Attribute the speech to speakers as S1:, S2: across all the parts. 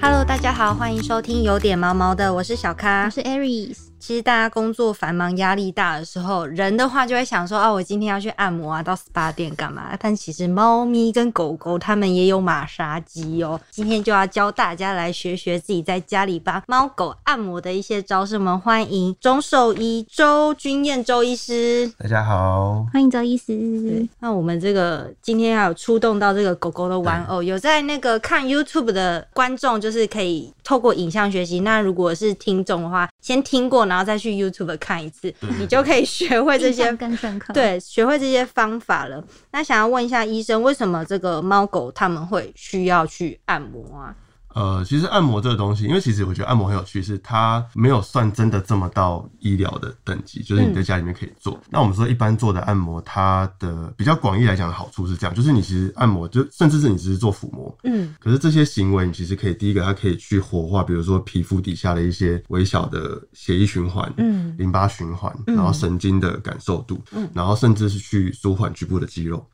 S1: Hello，大家好，欢迎收听有点毛毛的，我是小咖
S2: 我。是 Aries，
S1: 其实大家工作繁忙、压力大的时候，人的话就会想说啊，我今天要去按摩啊，到 SPA 店干嘛？但其实猫咪跟狗狗它们也有马杀鸡哦。今天就要教大家来学学自己在家里帮猫狗按摩的一些招式。我们欢迎中兽医周君燕周医师。
S3: 大家好，
S2: 欢迎周医师。
S1: 那我们这个今天要有触动到这个狗狗的玩偶，有在那个看 YouTube 的观众，就是可以透过影像学习。那如果是听众的话，先听过，然后再去 YouTube 看一次，你就可以学会这
S2: 印
S1: 些
S2: 象更深刻，，
S1: 对，学会这些方法了。那想要问一下医生，为什么这个猫狗它们会需要去按摩啊？
S3: 呃，其实按摩这个东西，因为其实我觉得按摩很有趣，是它没有算真的这么到医疗的等级，就是你在家里面可以做。那我们说一般做的按摩，它的比较广义来讲的好处是这样，就是你其实按摩就甚至是你只是做抚摸，
S1: 嗯，
S3: 可是这些行为，你其实可以第一个，它可以去活化，比如说皮肤底下的一些微小的血液循环，
S1: 嗯
S3: 淋巴循环，然后神经的感受度，然后甚至是去舒缓局部的肌肉。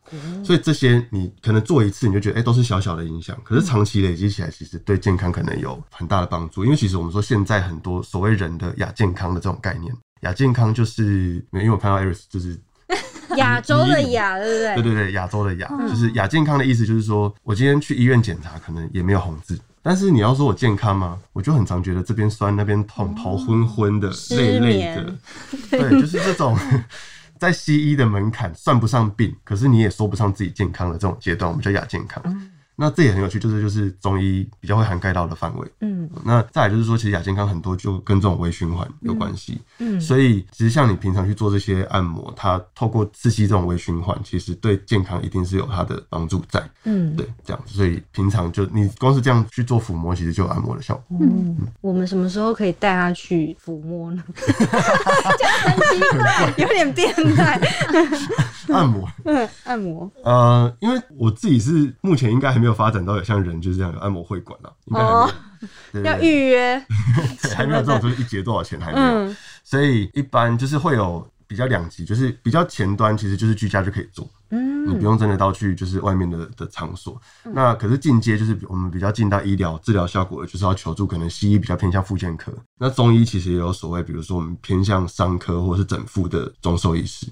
S3: 所以这些你可能做一次，你就觉得哎、都是小小的影响，可是长期累积起来，其实对健康可能有很大的帮助。因为其实我们说现在很多所谓人的亚健康的这种概念，亚健康就是因为我看到 Iris 就是
S1: 亚洲的亚，对不对？嗯
S3: 对对对，亚洲的亚、就是亚健康的意思，就是说我今天去医院检查，可能也没有红字。但是你要说我健康吗？我就很常觉得这边酸那边痛，头昏昏的、
S1: 哦失
S3: 累累的
S1: 眠，
S3: 对，就是这种 在西医的门槛算不上病，可是你也说不上自己健康的这种阶段，我们叫亚健康。
S1: 嗯
S3: 那这也很有趣，就是就是中医比较会涵盖到的范围。
S1: 嗯
S3: 那再来就是说，其实亚健康很多就跟这种微循环有关系。
S1: 嗯
S3: 所以其实像你平常去做这些按摩，它透过刺激这种微循环，其实对健康一定是有它的帮助在。
S1: 嗯，
S3: 对，这样，所以平常就你光是这样去做抚摸，其实就有按摩的效 果。
S1: 嗯，我们什么时候可以带它去抚摸 呢？很奇怪，有点变态。
S3: 按摩，
S1: 嗯， 按摩
S3: 呃，因为我自己是目前应该还没有发展到有像人就是这样有按摩会馆啦，应该还没有。
S1: 哦
S3: 对
S1: 要
S3: 对对
S1: 预约。
S3: 对还没有这种，就是一节多少钱还没有。
S1: 嗯
S3: 所以一般就是会有比较两级，就是比较前端其实就是居家就可以做，你不
S1: 嗯
S3: 用真的到去就是外面的的场所。那可是进阶就是我们比较进到医疗治疗效果的，就是要求助，可能西医比较偏向复健科，那中医其实也有所谓，比如说我们偏向伤科或是整复的中兽医师，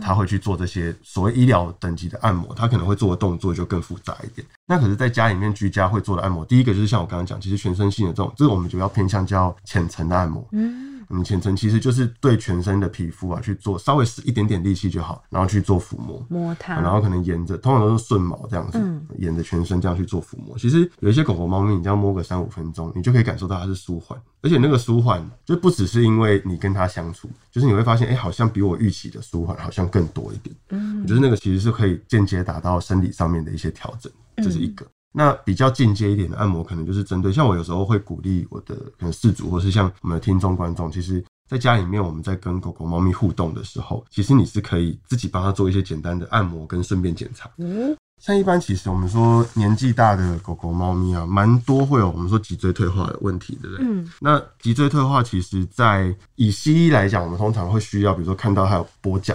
S3: 他会去做这些所谓医疗等级的按摩，他可能会做的动作就更复杂一点。那可是，在家里面居家会做的按摩，第一个就是像我刚刚讲，其实全身性的这种，这个我们就要偏向叫浅层的按摩。
S1: 嗯
S3: 嗯，浅层其实就是对全身的皮肤啊去做稍微使一点点力气就好，然后去做抚摸。
S1: 嗯摸
S3: 啊然
S1: 它。
S3: 后可能沿着，通常都是顺毛这样子，
S1: 嗯
S3: 沿着全身这样去做抚摸。其实有一些狗狗、猫咪，你这样摸个三五分钟，你就可以感受到它是舒缓，而且那个舒缓就不只是因为你跟它相处，就是你会发现，哎、好像比我预期的舒缓好像更多一点。
S1: 嗯
S3: 就是那个其实是可以间接达到生理上面的一些调整，这是一个。那比较进阶一点的按摩，可能就是针对像我有时候会鼓励我的可能事主，或是像我们的听众观众，其实。在家里面，我们在跟狗狗、猫咪互动的时候，其实你是可以自己帮它做一些简单的按摩，跟顺便检查。
S1: 嗯
S3: 像一般其实我们说年纪大的狗狗、猫咪啊，蛮多会有我们说脊椎退化的问题，对不对？
S1: 嗯
S3: 那脊椎退化，其实在以西医来讲，我们通常会需要，比如说看到它有跛脚，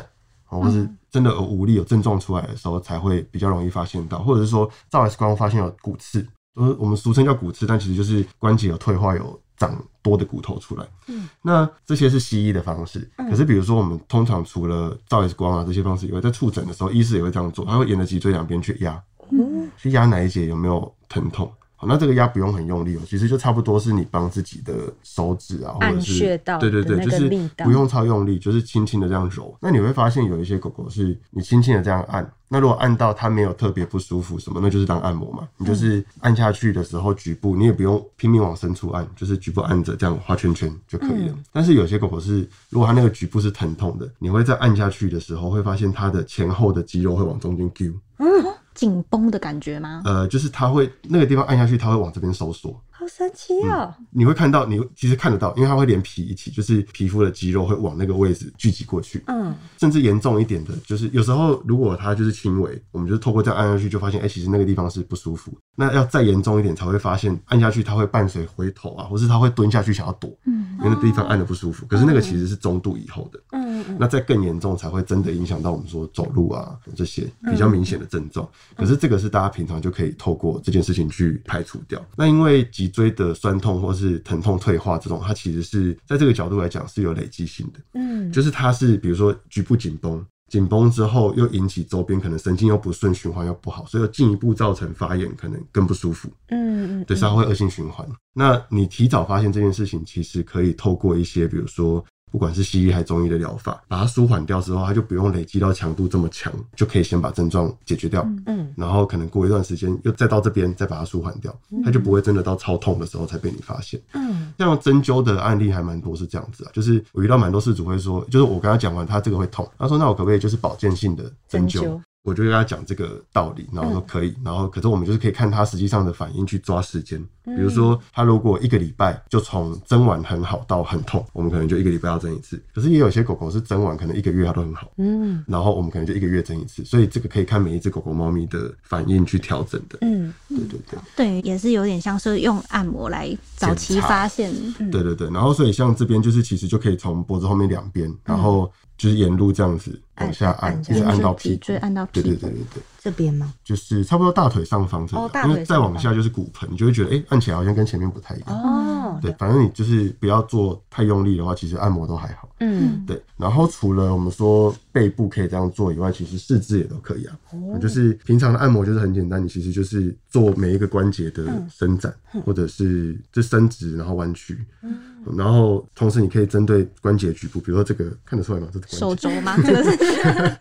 S3: 哦或是真的有无力、有症状出来的时候，才会比较容易发现到，或者是说照 X 光发现有骨刺，就是我们俗称叫骨刺，但其实就是关节有退化、有长多的骨头出来。
S1: 嗯，
S3: 那这些是西医的方式，可是比如说我们通常除了照 X 光啊这些方式以外，在触诊的时候，医师也会这样做，他会沿着脊椎两边去压，
S1: 哦
S3: 去压哪一节有没有疼痛。好，那这个压不用很用力哦，其实就差不多是你帮自己的手指啊，或者
S1: 按
S3: 是
S1: 穴道
S3: 对对
S1: 的
S3: 对，
S1: 那个
S3: 就是
S1: 力道
S3: 不用超用力，就是轻轻的这样揉。那你会发现有一些狗狗是你轻轻的这样按，那如果按到它没有特别不舒服什么，那就是当按摩嘛。
S1: 嗯
S3: 你就是按下去的时候，局部你也不用拼命往深处按，就是局部按着这样画圈圈就可以了。
S1: 嗯
S3: 但是有些狗狗是，如果它那个局部是疼痛的，你会在按下去的时候会发现它的前后的肌肉会往中间揪。
S2: 紧绷的感觉吗？
S3: 呃，就是它会那个地方按下去，它会往这边收缩，
S1: 好神奇哦。
S3: 你会看到，你其实看得到，因为它会连皮一起，就是皮肤的肌肉会往那个位置聚集过去。
S1: 嗯
S3: 甚至严重一点的，就是有时候如果它就是轻微，我们就是透过这样按下去，就发现哎、其实那个地方是不舒服。那要再严重一点，才会发现按下去它会伴随回头啊，或是它会蹲下去想要躲，
S2: 嗯，
S3: 因为那地方按的不舒服。可是那个其实是中度以后的。
S1: 嗯嗯
S3: 那再更严重才会真的影响到我们说走路啊这些比较明显的症状。可是这个是大家平常就可以透过这件事情去排除掉。那因为脊脊椎的酸痛或是疼痛退化这种，它其实是在这个角度来讲是有累积性的，
S1: 嗯，
S3: 就是它是比如说局部紧绷。紧绷之后，又引起周边可能神经又不顺，循环又不好，所以又进一步造成发炎，可能更不舒服。
S1: 嗯嗯，
S3: 对，是它会恶性循环。那你提早发现这件事情，其实可以透过一些，比如说不管是西医还是中医的疗法，把它舒缓掉之后，它就不用累积到强度这么强，就可以先把症状解决掉。
S2: 嗯
S1: 嗯
S3: 然后可能过一段时间又再到这边再把它舒缓掉，它
S2: 嗯
S3: 就不会真的到超痛的时候才被你发现。
S1: 嗯
S3: 像针灸的案例还蛮多是这样子啊，就是我遇到蛮多事主会说，就是我跟他讲完他这个会痛，他说那我可不可以就是保健性的针灸？
S1: 针灸嗯
S3: 我就跟他讲这个道理，然后说可以，然后可是我们就是可以看他实际上的反应去抓时间，
S1: 嗯
S3: 比如说他如果一个礼拜就从针完很好到很痛，我们可能就一个礼拜要针一次，可是也有些狗狗是针完可能一个月它都很好，
S1: 嗯
S3: 然后我们可能就一个月针一次，所以这个可以看每一只狗狗、猫咪的反应去调整的，
S1: 嗯
S3: 对对对。
S2: 对，也是有点像是用按摩来早期
S3: 检查
S2: 发现。
S3: 对对对，然后所以像这边就是其实就可以从脖子后面两边，然后就是沿路这样子往下
S1: 按
S3: 按，
S1: 按
S3: 一直按到
S2: 就是
S3: 屁
S2: 脊
S3: 股
S2: 椎，按到
S3: 对
S2: 屁股
S3: 对对对对，
S1: 这边吗？
S3: 就是差不多大腿上方这
S1: 哦大腿
S3: 样，因为再往下就是骨盆，你就会觉得哎、诶按起来好像跟前面不太一样。
S1: 哦，
S3: 对，反正你就是不要做太用力的话，其实按摩都还好。
S1: 嗯
S3: 对，然后除了我们说背部可以这样做以外，其实四肢也都可以啊。
S1: 哦
S3: 就是平常的按摩就是很简单，你其实就是做每一个关节的
S1: 嗯
S3: 伸展，或者是就伸直然后弯曲，
S1: 嗯
S3: 然后同时你可以针对关节局部，比如说这个看得出来吗？这是
S2: 手
S3: 关节，
S2: 肘 吗？这个是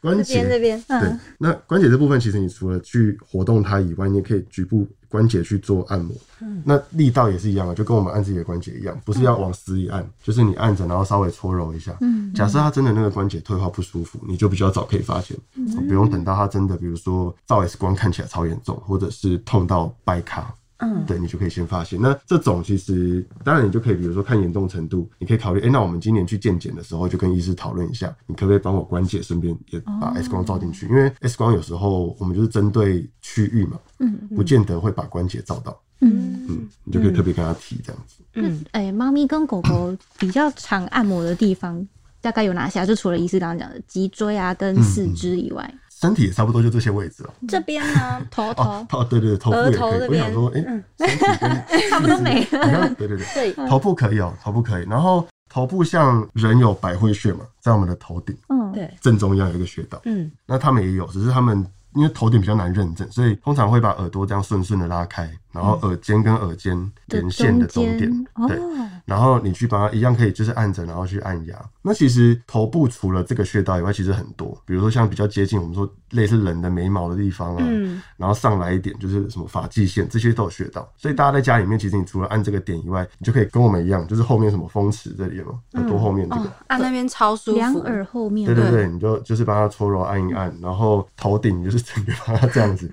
S3: 关
S1: 这边这
S3: 节。
S1: 边，
S3: 对，
S2: 嗯
S3: 那关节这部分，其实你除了去活动它以外，你也可以局部关节去做按摩。
S2: 嗯
S3: 那力道也是一样啊，就跟我们按自己的关节一样，不是要往死里按，就是你按着，然后稍微搓揉一下。
S2: 嗯
S3: 假设他真的那个关节退化不舒服，你就比较早可以发现，
S2: 嗯
S3: 哦不用等到他真的，比如说照 X 光看起来超严重，或者是痛到掰咖。
S1: 嗯
S3: 对你就可以先发现。那这种其实，当然你就可以，比如说看严重程度，你可以考虑，哎、那我们今年去健检的时候，就跟医师讨论一下，你可不可以帮我关节顺便也
S2: 哦
S3: 把 X 光照进去？因为 X 光有时候我们就是针对区域嘛，
S2: 嗯
S3: 不见得会把关节照到，
S2: 嗯。
S3: 嗯，你就可以特别跟他提这样子。
S1: 嗯
S2: 哎、猫咪跟狗狗比较常按摩的地方大概有哪些啊？就除了医师刚刚讲的脊椎啊
S3: 嗯
S2: 跟四肢以外，
S3: 身体也差不多就这些位置了。
S1: 嗯这边呢，
S2: 头
S3: 哦
S2: 头，
S3: 哦，对对对，头部
S1: 额
S3: 也
S1: 头
S3: 可
S1: 这
S3: 以。我想
S1: 边
S3: 说，哎、身体跟
S2: 嗯 差不多没了。 嗯
S3: 你看，对对对，
S1: 对，
S3: 头部可以哦、头部可以。然后头部像人有百会穴嘛，在我们的头顶
S2: 嗯，
S1: 对
S3: 正中央有一个穴道，
S1: 嗯
S3: 那他们也有，只是他们因为头顶比较难认证，所以通常会把耳朵这样顺顺的拉开，然后耳尖跟耳尖连线的中点
S2: 间，哦
S3: 对。然后你去把它一样可以，就是按着，然后去按压。那其实头部除了这个穴道以外，其实很多，比如说像比较接近我们说类似人的眉毛的地方啊，
S1: 嗯
S3: 然后上来一点就是什么发际线，这些都有穴道。所以大家在家里面，其实你除了按这个点以外，你就可以跟我们一样，就是后面什么风池这里有没有耳朵后面这个，
S1: 哦，按那边超舒服，
S2: 两耳后面
S3: 对对对，你就就是帮他搓揉按一按，然后头顶就是整个帮他这样子，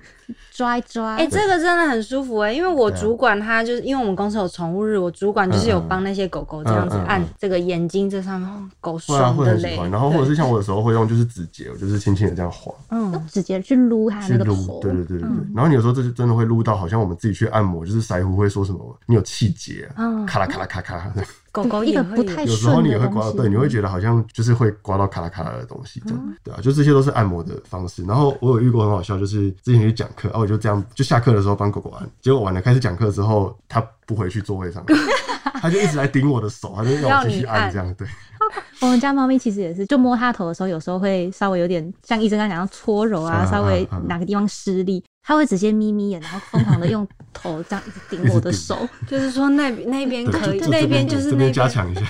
S2: 抓一抓，
S1: 哎、这个真的很舒服哎、因为我
S3: 对啊
S1: 主管他就是因为我们公司有宠物日，我主管就是有
S3: 嗯嗯
S1: 帮那些狗狗这样子
S3: 嗯嗯嗯
S1: 按这个眼睛这上面，哦狗
S3: 会啊
S1: 爽
S3: 会
S1: 的
S3: 很喜
S1: 嘞。
S3: 欢。然后或者
S1: 对
S3: 是像我有时候会用就是指节，我就是轻轻的这样划
S2: 都
S1: 嗯
S2: 直接去撸它
S3: 去
S2: 啊那个
S3: 撸，
S2: 头，
S3: 对对对对对。然后你有时候这就真的会撸到，好像我们自己去按摩，就是腮胡会说什么你有气节
S1: 嗯
S3: 啊，咔啦咔啦咔咔，
S1: 狗狗
S2: 一
S1: 也
S2: 个
S1: 会
S2: 不
S1: 有
S2: 太
S3: 有时候你也会
S2: 顺的
S3: 刮到，
S2: 东西
S3: 对，你会觉得好像就是会刮到咔啦咔啦的东西这样，对啊，就这些都是按摩的方式。然后我有遇过很好笑，就是之前去讲课，啊，我就这样，就下课的时候帮狗狗按，结果晚了开始讲课之后，它不回去座位上了，它就一直来顶我的手，它就让我继续按这样，对，
S2: 我们家猫咪其实也是，就摸它头的时候，有时候会稍微有点像医生刚刚讲要搓揉啊，
S3: 嗯
S2: 稍微
S3: 嗯嗯
S2: 哪个地方失力，它会直接眯眯眼，然后疯狂的用头这样一直顶我的 手。
S1: 就是说那那边可
S3: 对，
S1: 以
S3: 就，就
S1: 那
S3: 这
S1: 边
S3: 边
S1: 就是
S3: 这
S1: 那
S3: 边加强一下，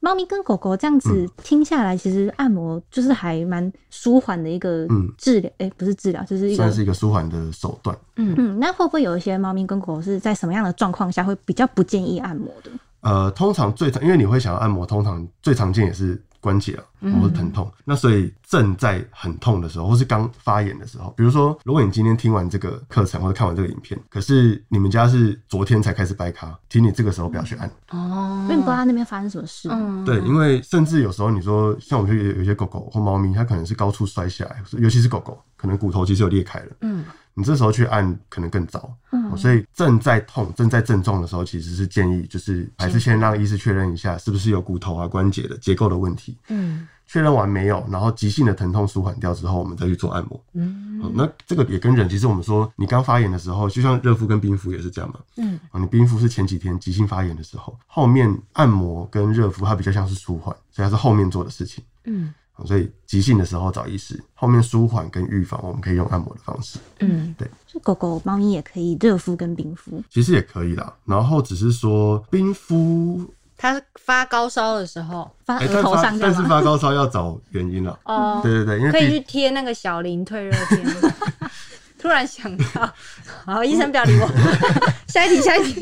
S2: 猫咪跟狗狗这样子听下来，其实按摩就是还蛮舒缓的一个
S3: 嗯
S2: 治疗，哎、不是治疗，就是一
S3: 算
S2: 个
S3: 是一个舒缓的手段。
S2: 嗯。那会不会有一些猫咪跟狗狗是在什么样的状况下会比较不建议按摩的？
S3: 呃，通常最常因为你会想要按摩，通常最常见也是关节啊，或是疼痛。那所以正在很痛的时候，或是刚发炎的时候，比如说，如果你今天听完这个课程或者看完这个影片，可是你们家是昨天才开始掰咖，请你这个时候不要去按。
S1: 哦
S2: 因为你不知道它那边发生什么事。
S1: 嗯
S3: 对，因为甚至有时候你说，像我们就有有些狗狗或猫咪，它可能是高处摔下来，尤其是狗狗，可能骨头其实有裂开了。
S1: 嗯
S3: 你这时候去按可能更糟，哦所以正在痛、正在症状的时候，其实是建议就是还是先让医师确认一下是不是有骨头啊、关节的结构的问题，
S1: 嗯
S3: 确认完没有，然后急性的疼痛舒缓掉之后，我们再去做按摩。
S1: 嗯
S3: 嗯，那这个也跟人，其实我们说，你刚发炎的时候，就像热敷跟冰敷也是这样嘛。
S1: 嗯，
S3: 啊，你冰敷是前几天急性发炎的时候，后面按摩跟热敷它比较像是舒缓，所以它是后面做的事情。
S1: 嗯
S3: 啊所以急性的时候找医师，后面舒缓跟预防，我们可以用按摩的方式，
S1: 嗯
S2: 就狗狗、猫咪也可以热敷跟冰敷，
S3: 其实也可以啦。然后只是说冰敷，
S1: 他发高烧的时候，
S2: 发
S3: 哎，
S2: 额
S3: 但
S2: 啊头上
S3: 发
S2: 干
S3: 但是
S2: 嘛？
S3: 发高烧要找原因啦。
S1: 哦，
S3: 对对对，因为
S1: 可以
S3: 毕
S1: 去贴那个小林退热贴。 突然想到，好，医生不要理我。 下一题，下一题。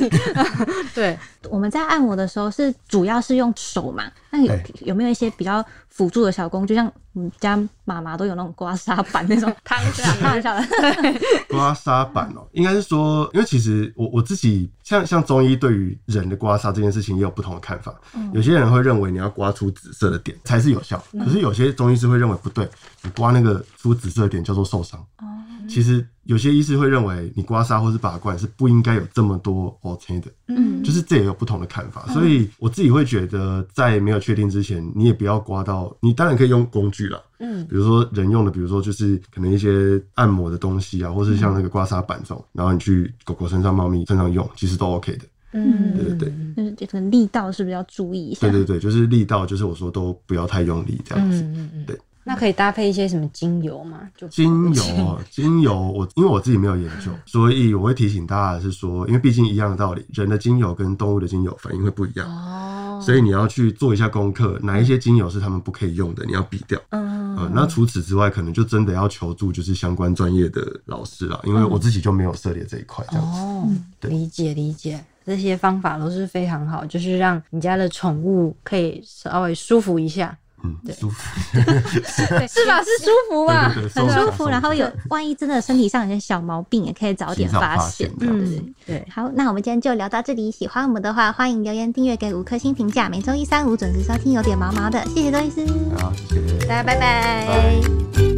S1: 对，，
S2: 我们在按摩的时候是主要是用手嘛？那有
S3: 对
S2: 有没有一些比较辅助的小工具？像我们家妈妈都有那种刮痧板那种
S1: 汤
S2: 开玩
S1: 匙。啊
S2: 笑的，
S3: 刮痧板哦、应该是说，因为其实我我自己像像中医对于人的刮痧这件事情也有不同的看法。
S2: 嗯
S3: 有些人会认为你要刮出紫色的点才是有效，可是有些中医师会认为不对，你刮那个出紫色的点叫做受伤。
S2: 嗯
S3: 其实有些医师会认为你刮痧或是拔罐是不应该有这么多 OK 的，
S1: 嗯
S3: 就是这也有不同的看法，所以我自己会觉得在没有确定之前，你也不要刮到，你当然可以用工具啦，
S1: 嗯
S3: 比如说人用的，比如说就是可能一些按摩的东西啊，或是像那个刮痧板这种，然后你去狗狗身上、猫咪身上用，其实都 OK 的。
S1: 嗯，
S3: 对对对
S2: 就是这个力道是不是要注意一下？
S3: 对对对，就是力道，就是我说都不要太用力这样子。
S1: 嗯嗯嗯。
S3: 对。
S1: 那可以搭配一些什么精油吗？就
S3: 精油哦，精油，我因为我自己没有研究，所以我会提醒大家的是说，因为毕竟一样的道理，人的精油跟动物的精油反应会不一 样，
S1: 哦，
S3: 所以你要去做一下功课，哪一些精油是他们不可以用的，你要避掉。
S1: 嗯
S3: 呃，那除此之外，可能就真的要求助就是相关专业的老师啦，因为
S2: 嗯
S3: 我自己就没有涉猎这一块，这样子。
S1: 哦，
S3: 对
S1: 理解理解。这些方法都是非常好，就是让你家的宠物可以稍微舒服一下，
S3: 嗯，舒服。
S1: 是吧？是舒服吧？
S3: 对对对，
S2: 啊很舒
S3: 受伤
S2: 服，然后有万一真的身体上有些小毛病，也可以早点
S3: 及早
S2: 发
S3: 发
S2: 现
S3: 现。
S2: 对
S3: 这样
S2: 对
S1: 子
S2: 对
S1: 对，
S2: 好，那我们今天就聊到这里。喜欢我们的话，欢迎留言、订阅、给五颗星评价。每周一、三、五准时收听，有点毛毛的，谢谢周医师。
S3: 好，谢谢。
S1: 大家拜拜
S3: 拜